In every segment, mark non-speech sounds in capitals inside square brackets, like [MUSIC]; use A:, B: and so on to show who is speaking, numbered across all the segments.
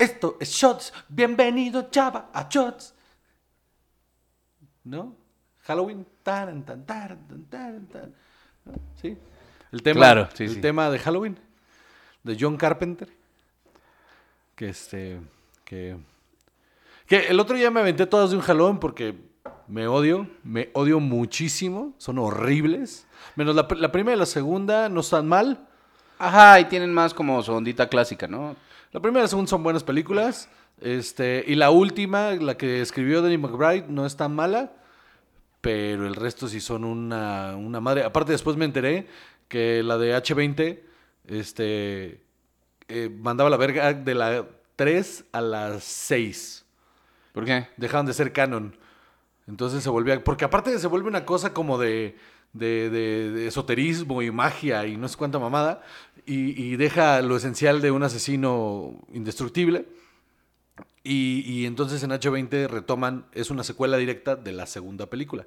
A: Esto es Shots. Bienvenido, Chava, a Shots. ¿No? Halloween. Taran, tan, taran, tan, taran, tan. ¿No? ¿Sí? El tema,
B: Claro, sí,
A: el
B: sí.
A: tema de Halloween. De John Carpenter. Que este. Que. Que el otro día me aventé todas de un jalón porque me odio. Me odio muchísimo. Son horribles. Menos la, pr- la primera y la segunda no están mal.
B: Ajá, y tienen más como su ondita clásica, ¿no?
A: La primera y la segunda son buenas películas. Este, y la última, la que escribió Danny McBride, no es tan mala. Pero el resto sí son una, una madre. Aparte, después me enteré que la de H20 este, eh, mandaba la verga de la 3 a la 6.
B: ¿Por qué?
A: Dejaban de ser canon. Entonces se volvía. Porque aparte se vuelve una cosa como de. De, de- de esoterismo y magia y no sé cuánta mamada, y, y deja lo esencial de un asesino indestructible. Y, y entonces en H20 retoman, es una secuela directa de la segunda película.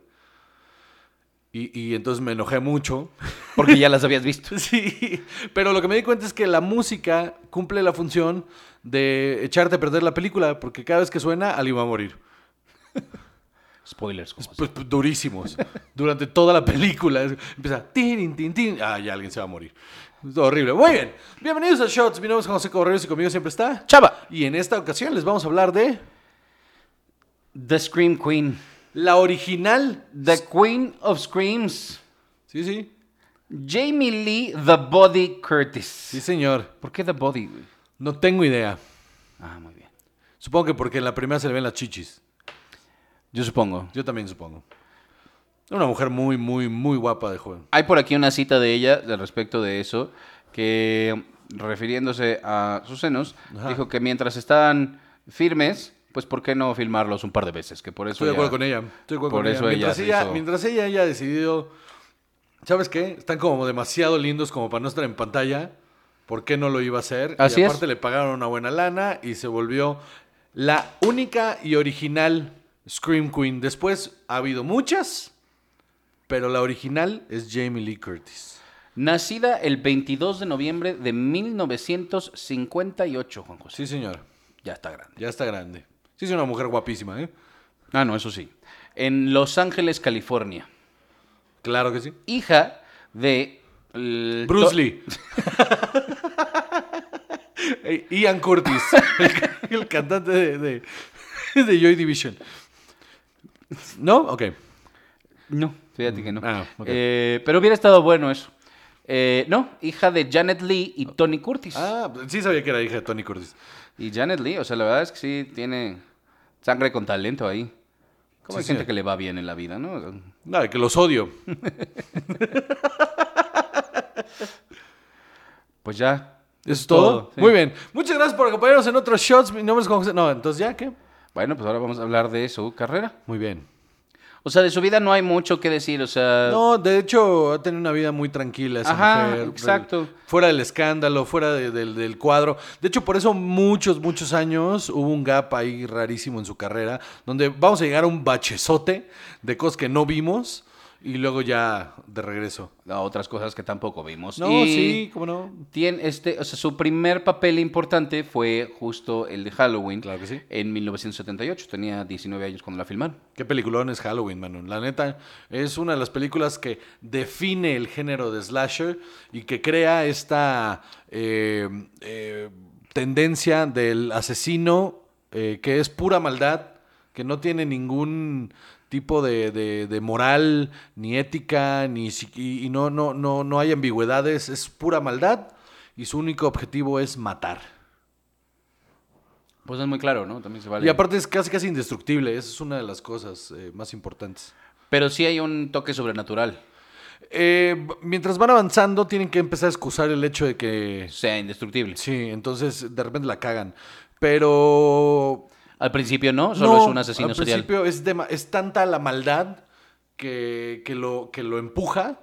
A: Y, y entonces me enojé mucho. [LAUGHS]
B: Porque ya las habías visto.
A: Sí, pero lo que me di cuenta es que la música cumple la función de echarte a perder la película, porque cada vez que suena, alguien va a morir.
B: Spoilers. como
A: Pues, pues, durísimos. [LAUGHS] Durante toda la película. Es- Empieza. Tin, tin, tin. Ah, ya alguien se va a morir. Es horrible. Muy bien. Bienvenidos a Shots. Mi nombre es José Correos y conmigo siempre está.
B: Chava.
A: Y en esta ocasión les vamos a hablar de
B: The Scream Queen.
A: la original.
B: The Queen of Screams.
A: Sí, sí.
B: Jamie Lee The Body Curtis.
A: Sí, señor.
B: ¿Por qué The Body, güey?
A: No tengo idea.
B: Ah, muy bien.
A: Supongo que porque en la primera se le ven las chichis.
B: Yo supongo.
A: Yo también supongo. Una mujer muy, muy, muy guapa de joven.
B: Hay por aquí una cita de ella al respecto de eso, que refiriéndose a sus senos,
A: Ajá.
B: dijo que mientras estaban firmes, pues ¿por qué no filmarlos un par de veces? Que por eso
A: Estoy de acuerdo
B: ya-
A: con ella. Estoy de acuerdo
B: por
A: con
B: eso
A: ella.
B: ella
A: Mientras,
B: se
A: ella,
B: hizo-
A: mientras ella haya decidido, ¿sabes qué? Están como demasiado lindos como para no estar en pantalla. ¿Por qué no lo iba a hacer?
B: Así
A: y
B: es.
A: aparte le pagaron una buena lana y se volvió la única y original Scream Queen. Después ha habido muchas, pero la original es Jamie Lee Curtis.
B: Nacida el 22 de noviembre de 1958, Juan José.
A: Sí, señor.
B: Ya está grande.
A: Ya está grande. Sí, es una mujer guapísima, ¿eh?
B: Ah, no, eso sí. En Los Ángeles, California.
A: Claro que sí.
B: Hija de... el-
A: Bruce
B: to-
A: [LAUGHS] Lee. Eh, Ian Curtis, el, el cantante de, de, de Joy Division. ¿No? Ok.
B: No, fíjate que no.
A: Ah, ok.
B: Eh, pero hubiera estado bueno eso. Eh, no, hija de Janet Lee y Tony Curtis.
A: Ah, sí sabía que era hija de Tony Curtis.
B: Y Janet Lee, o sea, la verdad es que sí tiene sangre con talento ahí. Como
A: Sí,
B: hay gente
A: sí.
B: que le va bien en la vida, ¿no? O sea,
A: Nada, que los odio.
B: Pues ya.
A: ¿Eso es todo?
B: sí.
A: Muy bien. Muchas gracias por acompañarnos en otros shots. Mi nombre es Juan José. No, entonces ya, ¿qué?
B: Bueno, pues ahora vamos a hablar de su carrera.
A: Muy bien.
B: O sea, de su vida no hay mucho que decir, o sea...
A: No, de hecho, ha tenido una vida muy tranquila esa
B: Ajá,
A: mujer.
B: exacto.
A: Fuera del escándalo, fuera de- del, del cuadro. De hecho, por eso muchos, muchos años hubo un gap ahí rarísimo en su carrera, donde vamos a llegar a un bachezote de cosas que no vimos y luego ya de regreso.
B: a Otras cosas que tampoco vimos.
A: No,
B: Y
A: sí, cómo no.
B: Tiene este, o sea, su primer papel importante fue justo el de Halloween.
A: Claro que sí.
B: En 1978, tenía 19 años cuando la filmaron.
A: Qué peliculón es Halloween, mano. La neta, es una de las películas que define el género de slasher y que crea esta eh, eh, tendencia del asesino eh, que es pura maldad, que no tiene ningún tipo de, de- de moral, ni ética, ni si- y, y no, no, no, no hay ambigüedades, es pura maldad y su único objetivo es matar.
B: Pues es muy claro, ¿no? También se vale.
A: Y aparte es casi casi indestructible, esa es una de las cosas eh, más importantes.
B: Pero sí hay un toque sobrenatural.
A: Eh, b- mientras van avanzando, tienen que empezar a excusar el hecho de que.
B: O sea, indestructible.
A: Sí, entonces de repente la cagan. Pero.
B: Al principio no, solo
A: no,
B: es un asesino
A: al
B: serial.
A: principio es, dema- es tanta la maldad que, que lo, que lo empuja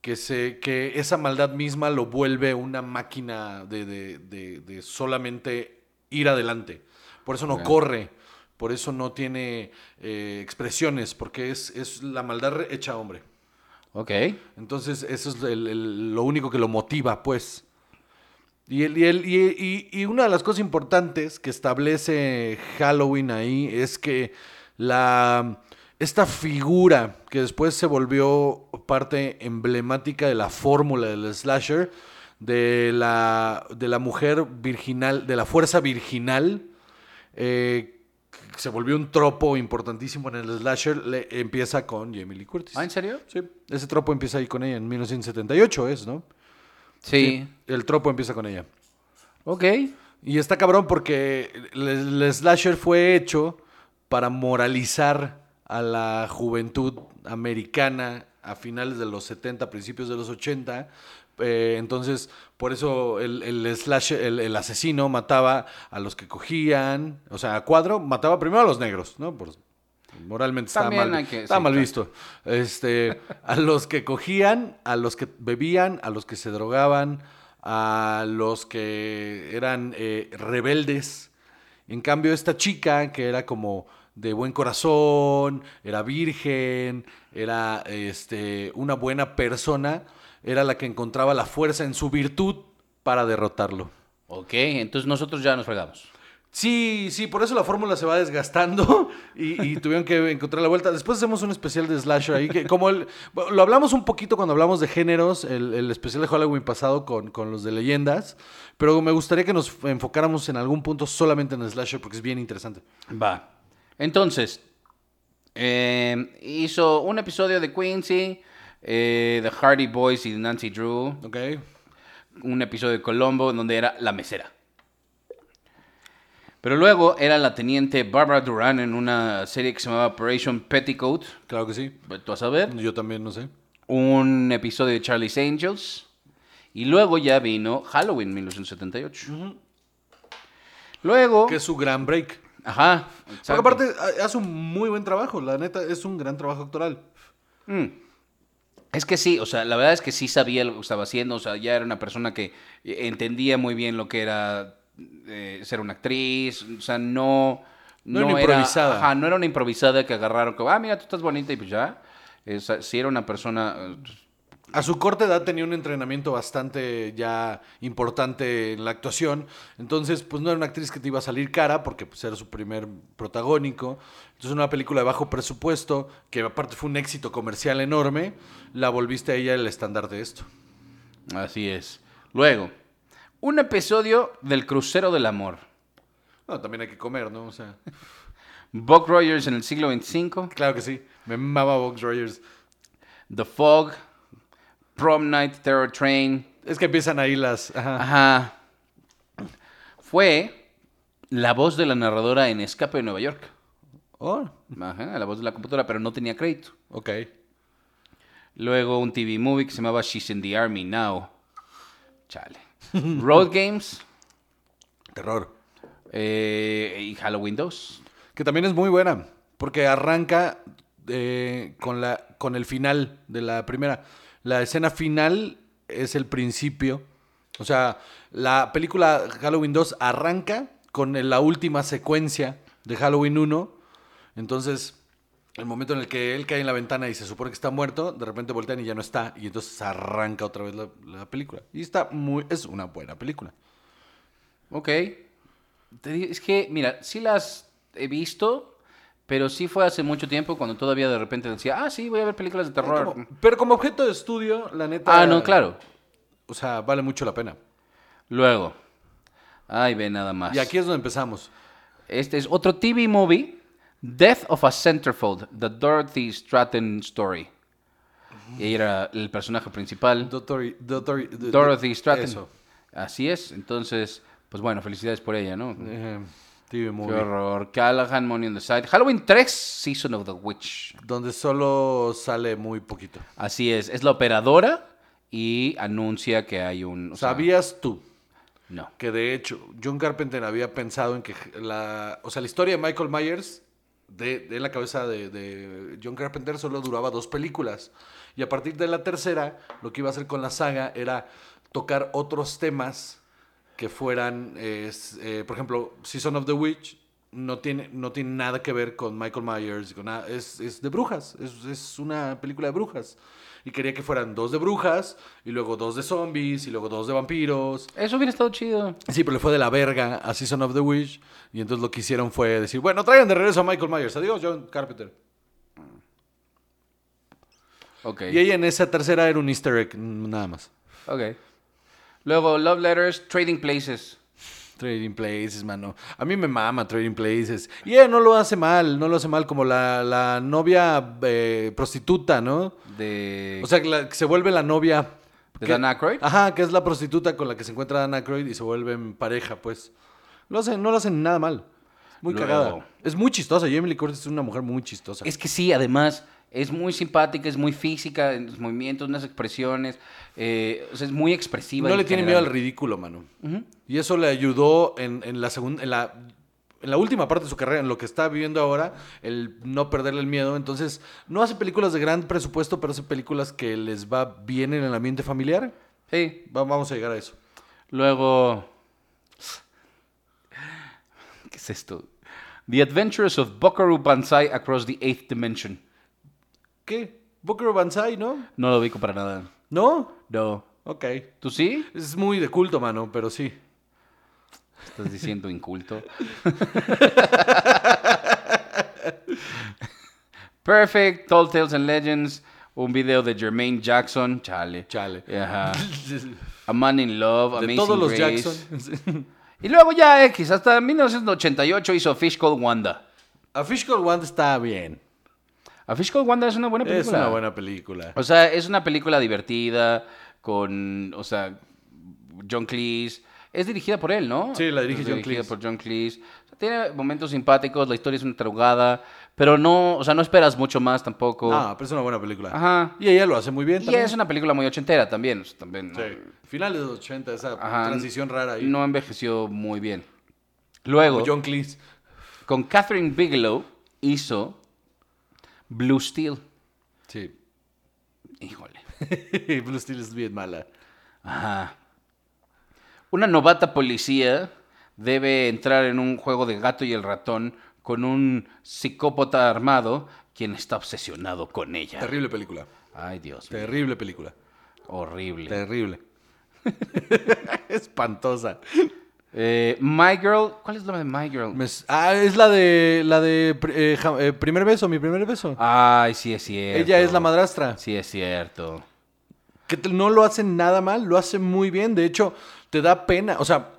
A: que, se, que esa maldad misma lo vuelve una máquina de, de- de- de solamente ir adelante. Por eso no
B: Ok.
A: corre, por eso no tiene eh, expresiones, porque es, es la maldad re- hecha hombre.
B: Ok.
A: Entonces, eso es el- el- lo único que lo motiva, pues. Y, el- y el- y- y- y una de las cosas importantes que establece Halloween ahí es que la, esta figura que después se volvió parte emblemática de la fórmula del slasher, de la, de la mujer virginal, de la fuerza virginal, eh, que se volvió un tropo importantísimo en el slasher, le- empieza con Jamie Lee Curtis.
B: ¿Ah, en serio?
A: Sí, ese tropo empieza ahí con ella, en 1978 es, ¿no?
B: Sí.
A: El tropo empieza con ella.
B: Ok.
A: Y está cabrón porque el, el slasher fue hecho para moralizar a la juventud americana a finales de los 70, principios de los 80. Eh, entonces, por eso el, el slasher- el- el asesino mataba a los que cogían, o sea, a cuadro, mataba primero a los negros, ¿no? Por- moralmente estaba
B: También
A: mal,
B: hay que-
A: estaba
B: sí,
A: mal
B: claro.
A: visto. Este, a los que cogían, a los que bebían, a los que se drogaban, a los que eran eh, rebeldes. En cambio, esta chica que era como de buen corazón, era virgen, era este, una buena persona, era la que encontraba la fuerza en su virtud para derrotarlo.
B: Ok, entonces nosotros ya nos fregamos.
A: Sí, sí, por eso la fórmula se va desgastando [LAUGHS] y, y tuvieron que encontrar la vuelta. Después hacemos un especial de slasher ahí, que como el, lo hablamos un poquito cuando hablamos de géneros, el, el especial de Halloween pasado con, con los de leyendas, pero me gustaría que nos enfocáramos en algún punto solamente en el slasher porque es bien interesante.
B: Va. Entonces, eh, hizo un episodio de Quincy, eh, The Hardy Boys y Nancy Drew,
A: ¿Ok?
B: un episodio de Colombo donde era la mesera. Pero luego era la teniente Barbara Duran en una serie que se llamaba Operation Petticoat,
A: Claro que sí.
B: tú vas a ver,
A: Yo también, no sé.
B: un episodio de Charlie's Angels y luego ya vino Halloween 1978. Luego,
A: Que es su gran break.
B: ajá,
A: Porque
B: exacto.
A: aparte ha- hace un muy buen trabajo, la neta, es un gran trabajo actoral.
B: Mm. Es que sí, o sea, la verdad es que sí sabía lo que estaba haciendo, o sea, ya era una persona que eh, entendía muy bien lo que era eh, ser una actriz, o sea, no...
A: No era improvisada.
B: Era, ajá, no era una improvisada que agarraron, que, ah, mira, tú estás bonita y pues ya. O sea, sí era una persona... eh,
A: A su corta edad tenía un entrenamiento bastante ya importante en la actuación. Entonces, pues no era una actriz que te iba a salir cara porque pues, era su primer protagónico. Entonces, una película de bajo presupuesto, que aparte fue un éxito comercial enorme, la volviste a ella el estandarte de esto.
B: Así es. Luego, un episodio del Crucero del Amor.
A: No, también hay que comer, ¿no? O sea, [LAUGHS]
B: Buck Rogers en el siglo XXV,
A: claro que sí. Me mama Box Rogers.
B: The Fog, Prom Night, Terror Train,
A: Es que empiezan ahí las... Ajá.
B: Ajá. Fue la voz de la narradora en Escape de Nueva York.
A: Oh,
B: Ajá, la voz de la computadora, pero no tenía crédito.
A: ok.
B: Luego un TV movie que se llamaba She's in the Army Now.
A: [LAUGHS]
B: Chale. Road Games
A: Terror.
B: eh, y Halloween 2.
A: Que también es muy buena, porque arranca eh, con, la, con el final de la primera. La escena final es el principio. O sea, la película Halloween 2 arranca con el- la última secuencia de Halloween 1. Entonces, el momento en el que él cae en la ventana y se supone que está muerto, de repente voltean y ya no está. Y entonces arranca otra vez la, la película. Y está muy. Es una buena película.
B: Ok. Te digo, Es que, mira, sí las he visto, pero sí fue hace mucho tiempo cuando todavía de repente decía, ah, sí, voy a ver películas de terror.
A: Como- pero como objeto de estudio, la neta.
B: ah, no, claro.
A: O sea, vale mucho la pena.
B: Luego. Ay, ve nada más.
A: Y aquí es donde empezamos.
B: Este es otro TV movie. Death of a Centerfold, The Dorothy Stratton Story. Y ella era el personaje principal,
A: Doctor, Doctor, d-
B: Dorothy
A: d-
B: Stratton.
A: Eso.
B: Así es, entonces, pues bueno, felicidades por ella, ¿no?
A: Eh, TV
B: Qué
A: movie.
B: horror. Callahan, Money on the Side. Halloween 3, Season of the Witch.
A: Donde solo sale muy poquito.
B: Así es, es la operadora y anuncia que hay un... o sea,
A: ¿Sabías tú
B: no.
A: que de hecho John Carpenter había pensado en que la. O sea, la historia de Michael Myers. De, de la cabeza de, de John Carpenter solo duraba dos películas. Y a partir de la tercera, lo que iba a hacer con la saga era tocar otros temas que fueran, eh, s- eh, por ejemplo, Season of the Witch no tiene, no tiene nada que ver con Michael Myers, con nada. Es, es de brujas, es, es una película de brujas. Y quería que fueran dos de brujas, y luego dos de zombies, y luego dos de vampiros.
B: Eso hubiera estado chido.
A: Sí, pero le fue de la verga a Season of the Witch. Y entonces lo que hicieron fue decir, bueno, traigan de regreso a Michael Myers. Adiós, John Carpenter.
B: Ok.
A: Y ella en esa tercera era un easter egg, mm, nada más.
B: Ok. Luego, Love Letters, Trading Places.
A: Trading Places, mano. A mí me mama Trading Places. Y ella no lo hace mal, no lo hace mal como la, la novia eh, prostituta, ¿no?
B: De,
A: O sea, que la- que se vuelve la novia.
B: de
A: que-
B: Dan Aykroyd.
A: Ajá, que es la prostituta con la que se encuentra Dan Aykroyd y se vuelven pareja, pues. Lo hacen, no lo hacen nada mal. Muy
B: Luego.
A: cagada. Es muy chistosa. Jamie Lee Curtis es una mujer muy chistosa.
B: Es que sí, además, es muy simpática, es muy física en los movimientos, en las expresiones. eh, o sea, es muy expresiva.
A: no
B: en
A: le tiene miedo
B: general.
A: al ridículo, mano. Y eso le ayudó en, en la segunda, en la, en la última parte de su carrera, en lo que está viviendo ahora, el no perderle el miedo. Entonces, no hace películas de gran presupuesto, pero hace películas que les va bien en el ambiente familiar.
B: Sí.
A: Va- vamos a llegar a eso.
B: Luego. [LAUGHS] ¿Qué es esto? The Adventures of Buckaroo Banzai Across the Eighth Dimension.
A: ¿Qué? Booker Banzai, ¿no?
B: No lo ubico para nada.
A: ¿No?
B: No.
A: Ok.
B: ¿Tú sí?
A: Es muy de culto, mano, pero sí.
B: Estás diciendo inculto. [LAUGHS] Perfect, Tall Tales and Legends, un video de Jermaine Jackson, chale.
A: Chale. [LAUGHS]
B: Ajá. A Man in Love,
A: de
B: Amazing
A: todos los
B: Grace.
A: Jackson. [LAUGHS]
B: Y luego ya X, hasta 1988 hizo Fish Called Wanda.
A: a Fish Called Wanda está bien.
B: A Fish Called Wanda es una buena película.
A: Es una buena película.
B: O sea, es una película divertida con, o sea, John Cleese. Es dirigida por él, ¿no?
A: Sí, la dirige
B: Es
A: John
B: dirigida
A: Cleese.
B: por John Cleese. O sea, tiene momentos simpáticos, la historia es una tarugada, pero no, o sea, no esperas mucho más tampoco.
A: Ah, pero es una buena película.
B: Ajá.
A: Y ella lo hace muy bien
B: Y
A: también.
B: es una película muy ochentera también, o sea, también. ¿no?
A: Sí. Finales de los 80, esa
B: Ajá,
A: transición rara ahí.
B: No envejeció muy bien. Luego,
A: Como John Cleese.
B: con Catherine Bigelow hizo Blue Steel.
A: Sí. [LAUGHS]
B: Híjole.
A: Blue Steel es bien mala.
B: Ajá. Una novata policía debe entrar en un juego de gato y el ratón con un psicópata armado quien está obsesionado con ella.
A: Terrible película.
B: Ay, Dios mío.
A: Terrible película.
B: Horrible.
A: Terrible. [LAUGHS] Espantosa.
B: Eh, My Girl. ¿Cuál es la de My Girl?
A: Me s- Ah, es la de la de pr- eh, ja- eh, primer beso, mi primer beso.
B: Ay, sí es cierto.
A: ella es la madrastra.
B: Sí es cierto.
A: que te- no lo hacen nada mal, lo hace muy bien. De hecho, te da pena. O sea,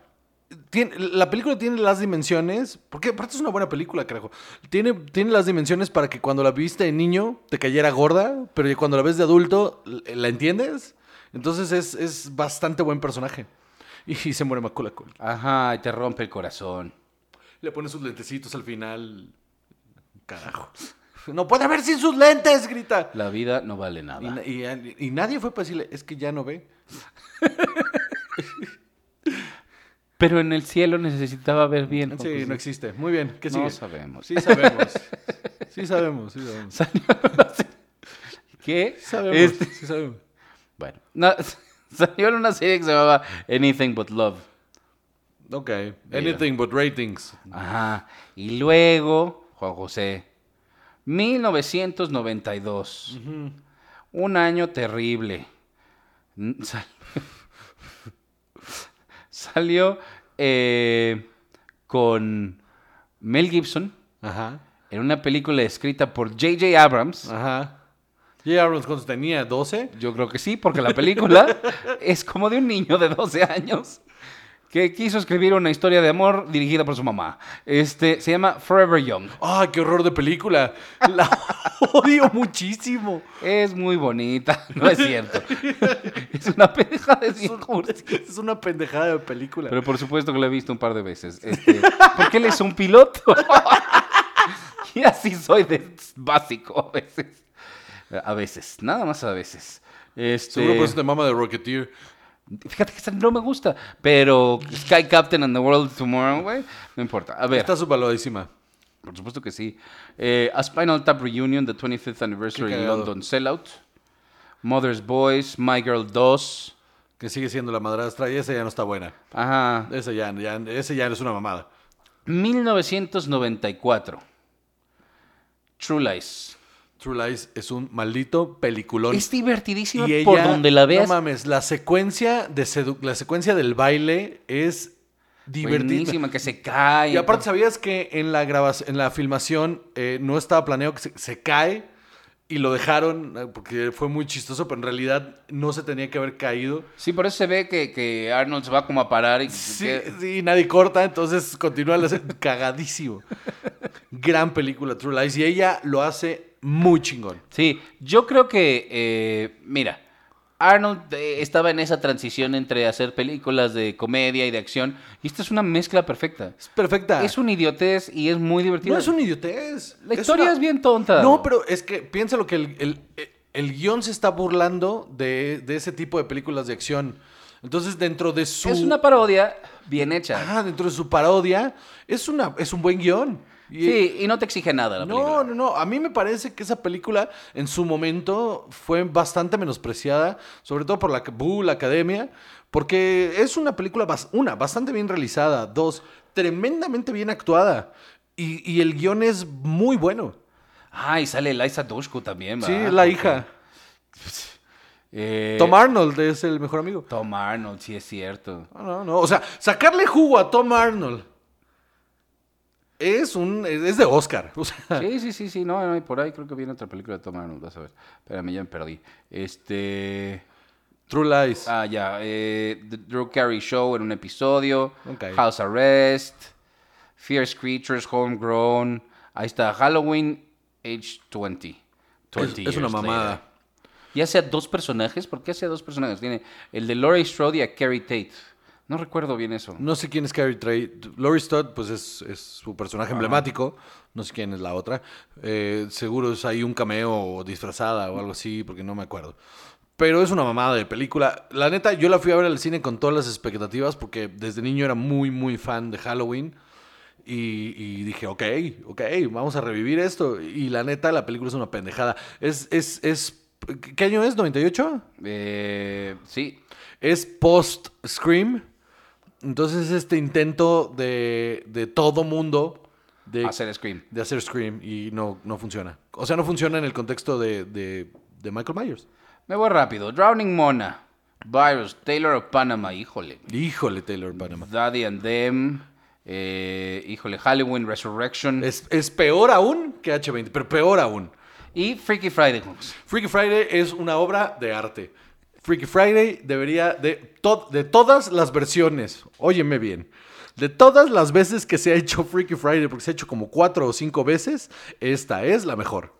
A: tiene- la película tiene las dimensiones, porque aparte es una buena película, carajo. Tiene, tiene las dimensiones para que cuando la viste de niño te cayera gorda, pero ya cuando la ves de adulto, l- ¿la entiendes? Entonces es, es bastante buen personaje. Y, y se muere Macula
B: Ajá, y te rompe el corazón.
A: Le pone sus lentecitos al final. Carajo. No puede haber sin sus lentes, grita.
B: La vida no vale nada.
A: Y, na- y a- y nadie fue para decirle, es que ya no ve.
B: Pero en el cielo necesitaba ver bien.
A: Sí, no existe. Muy bien. ¿Qué
B: No
A: sigue?
B: sabemos.
A: Sí sabemos. Sí sabemos, sí
B: [LAUGHS]
A: sabemos.
B: ¿Qué?
A: Sí sabemos,
B: Este-
A: sí sabemos.
B: Bueno, [LAUGHS] no, salió en una serie que se llamaba Anything But Love.
A: Ok. Anything but ratings.
B: Ajá. Y luego, Juan José, 1992. Un año terrible. Mm, [LAUGHS] sal- salió eh, con Mel Gibson
A: Ajá.
B: en una película escrita por J.J. Abrams.
A: Ajá. J. Abrams, ¿cuántos tenía? ¿12?
B: Yo creo que sí, porque la [LAUGHS] película es como de un niño de 12 años que quiso escribir una historia de amor dirigida por su mamá. Este se llama Forever Young.
A: ¡Ah, qué horror de película! La [LAUGHS] odio muchísimo.
B: Es muy bonita, [LAUGHS] no es cierto. es una pendeja de
A: Es, un- es una pendejada de película.
B: Pero por supuesto que la he visto un par de veces. [LAUGHS] Este, porque él es un piloto. [LAUGHS] y así soy de básico a veces. A veces, nada más a veces. Este...
A: Seguro por eso te mama de Rocketeer.
B: Fíjate que esta no me gusta, pero Sky Captain and the World of Tomorrow, güey, no importa. A ver,
A: Está subvaluadísima.
B: por supuesto que sí. Eh, a Spinal Tap Reunion, The 25th Anniversary
A: Qué
B: in
A: cagado.
B: London Sellout, Mother's Boys, My Girl 2.
A: Que sigue siendo la madrastra y esa ya no está buena.
B: Ajá.
A: Esa ya, ya, esa ya es una mamada.
B: 1994. True Lies.
A: True Lies es un maldito peliculón.
B: Es divertidísima por donde la veas.
A: No mames, la secuencia, de sedu- la secuencia del baile es divertidísima.
B: Buenísima, que se cae.
A: Y aparte, ¿sabías que en la, grava- en la filmación eh, no estaba planeado que se, se cae? Y lo dejaron eh, porque fue muy chistoso, pero en realidad no se tenía que haber caído.
B: Sí, por eso se ve que, que Arnold se va como a parar y
A: Sí,
B: que-
A: sí, nadie corta, entonces continúa la se- cagadísimo. Gran película True Lies y ella lo hace muy chingón.
B: Sí, yo creo que, eh, mira, Arnold eh, estaba en esa transición entre hacer películas de comedia y de acción, y esta es una mezcla perfecta.
A: Es perfecta.
B: Es un idiotez y es muy divertido.
A: No es un idiotez.
B: La historia
A: una-
B: es bien tonta.
A: No, pero es que piensa lo que el, el- el guión se está burlando de, de ese tipo de películas de acción. Entonces, dentro de su.
B: Es una parodia bien hecha.
A: Ajá, dentro de su parodia, es, una, es un buen guión. Y-
B: Sí, y no te exige nada la
A: No,
B: película.
A: no, no. A mí me parece que esa película en su momento fue bastante menospreciada, sobre todo por la Bull Academia, porque es una película, bas- una, bastante bien realizada, dos, tremendamente bien actuada, y, y el guión es muy bueno.
B: Ah, y sale Liza Dushku también,
A: sí,
B: ¿verdad?
A: la hija.
B: Eh,
A: Tom Arnold es el mejor amigo.
B: Tom Arnold, sí es cierto.
A: No, no, no. O sea, sacarle jugo a Tom Arnold es un es de Oscar. O sea,
B: Sí, sí, sí, sí, no, no, y por ahí creo que viene otra película de Tom Arnold, vas a ver. Espérame, ya me perdí. Este...
A: True Lies.
B: Ah, ya. eh, The Drew Carey Show en un episodio.
A: Ok.
B: House Arrest. Fierce Creatures, Homegrown. Ahí está Halloween, Age 20. 20
A: Es- es una
B: years
A: mamada.
B: later. Y hace a dos personajes. ¿Por qué hace a dos personajes? Tiene el de Laurie Strode y a Carrie Tate. No recuerdo bien eso.
A: No sé quién es Carrie Trey. Laurie Stott, pues es, es su personaje emblemático. No sé quién es la otra. Eh, seguro es ahí un cameo o disfrazada o algo así, porque no me acuerdo. Pero es una mamada de película. La neta, yo la fui a ver al cine con todas las expectativas, porque desde niño era muy, muy fan de Halloween. Y, y dije, ok, ok, vamos a revivir esto. Y la neta, la película es una pendejada. Es, es, es, ¿qué año es? ¿98?
B: Eh, sí.
A: es post Scream. Entonces este intento de, de todo mundo de
B: Hacer Scream.
A: de hacer Scream y no, no funciona. O sea, no funciona en el contexto de, de- de Michael Myers.
B: Me voy rápido. Drowning Mona. Virus. Taylor of Panama. Híjole.
A: Híjole, Taylor Panama.
B: Daddy and Them. eh, híjole. Halloween Resurrection.
A: Es, es peor aún que H20, pero peor aún.
B: Y Freaky Friday, Hawks.
A: Freaky Friday es una obra de arte. Freaky Friday debería, de, to- de todas las versiones, óyeme bien, de todas las veces que se ha hecho Freaky Friday, porque se ha hecho como cuatro o cinco veces, esta es la mejor.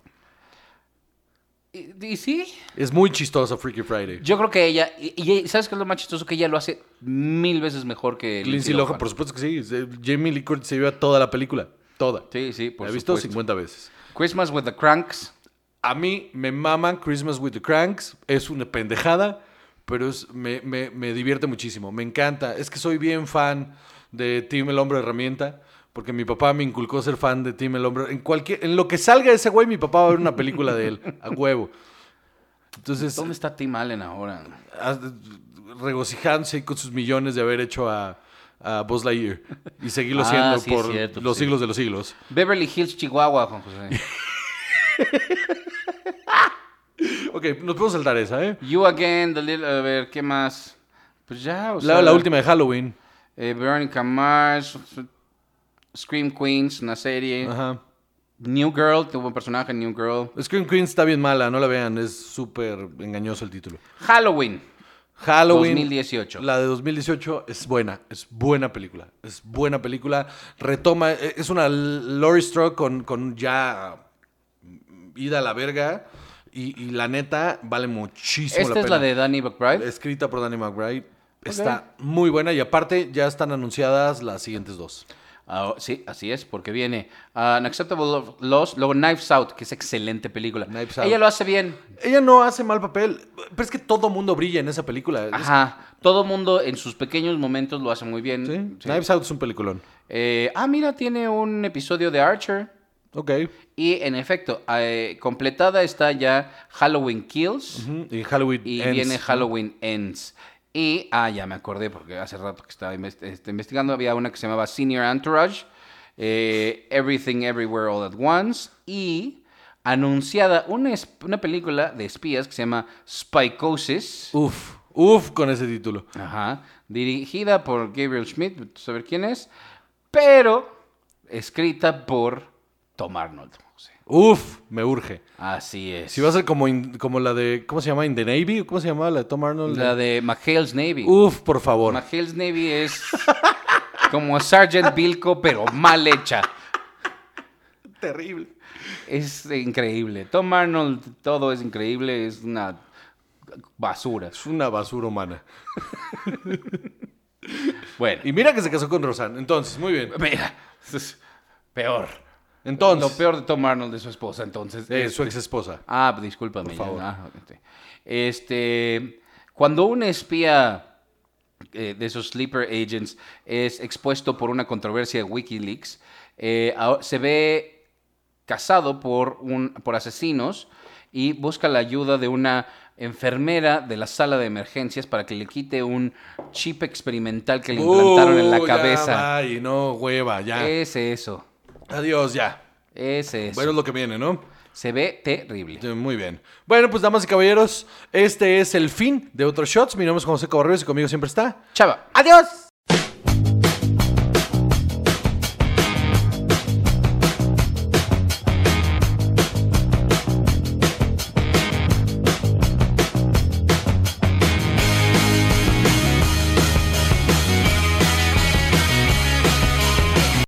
B: ¿Y, y sí?
A: Es muy chistoso Freaky Friday.
B: Yo creo que ella. Y, y- ¿Sabes qué es lo más chistoso? Que ella lo hace mil veces mejor que.
A: Lindsay Lohan, por supuesto que sí. Se- Jamie Lee Curtis se lleva toda la película. Toda.
B: Sí, sí, por
A: la he visto
B: supuesto.
A: 50 veces.
B: Christmas with the Cranks.
A: A mí me maman Christmas with the Cranks. Es una pendejada, pero es, me, me- me divierte muchísimo. Me encanta. Es que soy bien fan de Tim el Hombre Herramienta. Porque mi papá me inculcó ser fan de Tim el Hombre. En, cualquier, en lo que salga ese güey, mi papá va a ver una película de él. A huevo.
B: [LAUGHS]
A: Entonces,
B: ¿Dónde está Tim Allen ahora?
A: as- regocijándose con sus millones de haber hecho a, a Buzz Lightyear y seguirlo
B: Ah,
A: siendo
B: sí,
A: por
B: cierto,
A: los
B: sí.
A: siglos de los siglos.
B: Beverly Hills, Chihuahua, Juan José.
A: [LAUGHS] Ok, nos podemos saltar esa, ¿eh?
B: You Again, the little- A ver, ¿qué más? Pues ya, o
A: La,
B: sea,
A: la última de Halloween.
B: eh, Veronica Mars. Scream Queens, una serie.
A: Ajá.
B: New Girl, tuvo un personaje, New Girl.
A: Scream Queen está bien mala, no la vean, es súper engañoso el título.
B: Halloween,
A: Halloween.
B: 2018.
A: La de 2018 es buena, es buena película, es buena película. Retoma, e- es una Laurie Strode con, con ya mm, ida a la verga y, y la neta vale muchísimo
B: Esta
A: la
B: es
A: pena.
B: la de Danny McBride.
A: Escrita por Danny McBride. Está muy buena y aparte ya están anunciadas las siguientes dos.
B: Ah, sí, así es, porque viene ah, Unacceptable Lo- Loss, luego Knives Out, que es excelente película.
A: Knives
B: Ella
A: Out.
B: lo hace bien.
A: Ella no hace mal papel, pero es que todo mundo brilla en esa película. Es-
B: Ajá. Todo mundo en sus pequeños momentos lo hace muy bien.
A: ¿sí?
B: Sí.
A: Knives Out es un peliculón.
B: Eh, ah, mira, tiene un episodio de Archer.
A: Ok.
B: Y en efecto, eh, completada está ya Halloween Kills
A: Ujú. Y Halloween
B: y
A: Ends.
B: viene Halloween Ends. Y, ah, ya me acordé porque hace rato que estaba invest- este, investigando, había una que se llamaba Senior Entourage, eh, Everything Everywhere All at Once y anunciada una, es- una película de espías que se llama Spycosis,
A: Uf, uf con ese título.
B: ajá, dirigida por Gabriel Schmidt, saber quién es, pero escrita por Tom Arnold. José.
A: Uf, me urge.
B: Así es.
A: Si va a ser como, in- como la de, ¿cómo se llama? ¿In the Navy? ¿Cómo se llamaba la de Tom Arnold?
B: La de McHale's Navy.
A: Uf, por favor.
B: McHale's Navy es como Sergeant Bilko, pero mal hecha.
A: Terrible.
B: Es increíble. Tom Arnold, todo es increíble, es una basura.
A: Es una basura humana.
B: Bueno,
A: Y mira que se casó con Rosanne. Entonces, muy bien.
B: mira, eso es peor.
A: Entonces,
B: Lo peor de Tom Arnold de su esposa, entonces.
A: eh,
B: es-
A: su ex esposa.
B: Ah, discúlpame.
A: Por
B: ya,
A: favor.
B: ah, ok. este, cuando un espía eh, de esos sleeper agents es expuesto por una controversia de WikiLeaks, eh, ahora se ve casado por, un, por asesinos y busca la ayuda de una enfermera de la sala de emergencias para que le quite un chip experimental que le implantaron en la
A: Uh, ya,
B: cabeza.
A: Ay, no, hueva, ya.
B: Es eso.
A: Adiós, ya.
B: Es eso.
A: Bueno, es lo que viene, ¿no?
B: se ve terrible.
A: Sí, Muy bien. Bueno, pues damas y caballeros, este es el fin de otros shots. Mi nombre es José Correos y conmigo siempre está.
B: Chava.
A: ¡Adiós!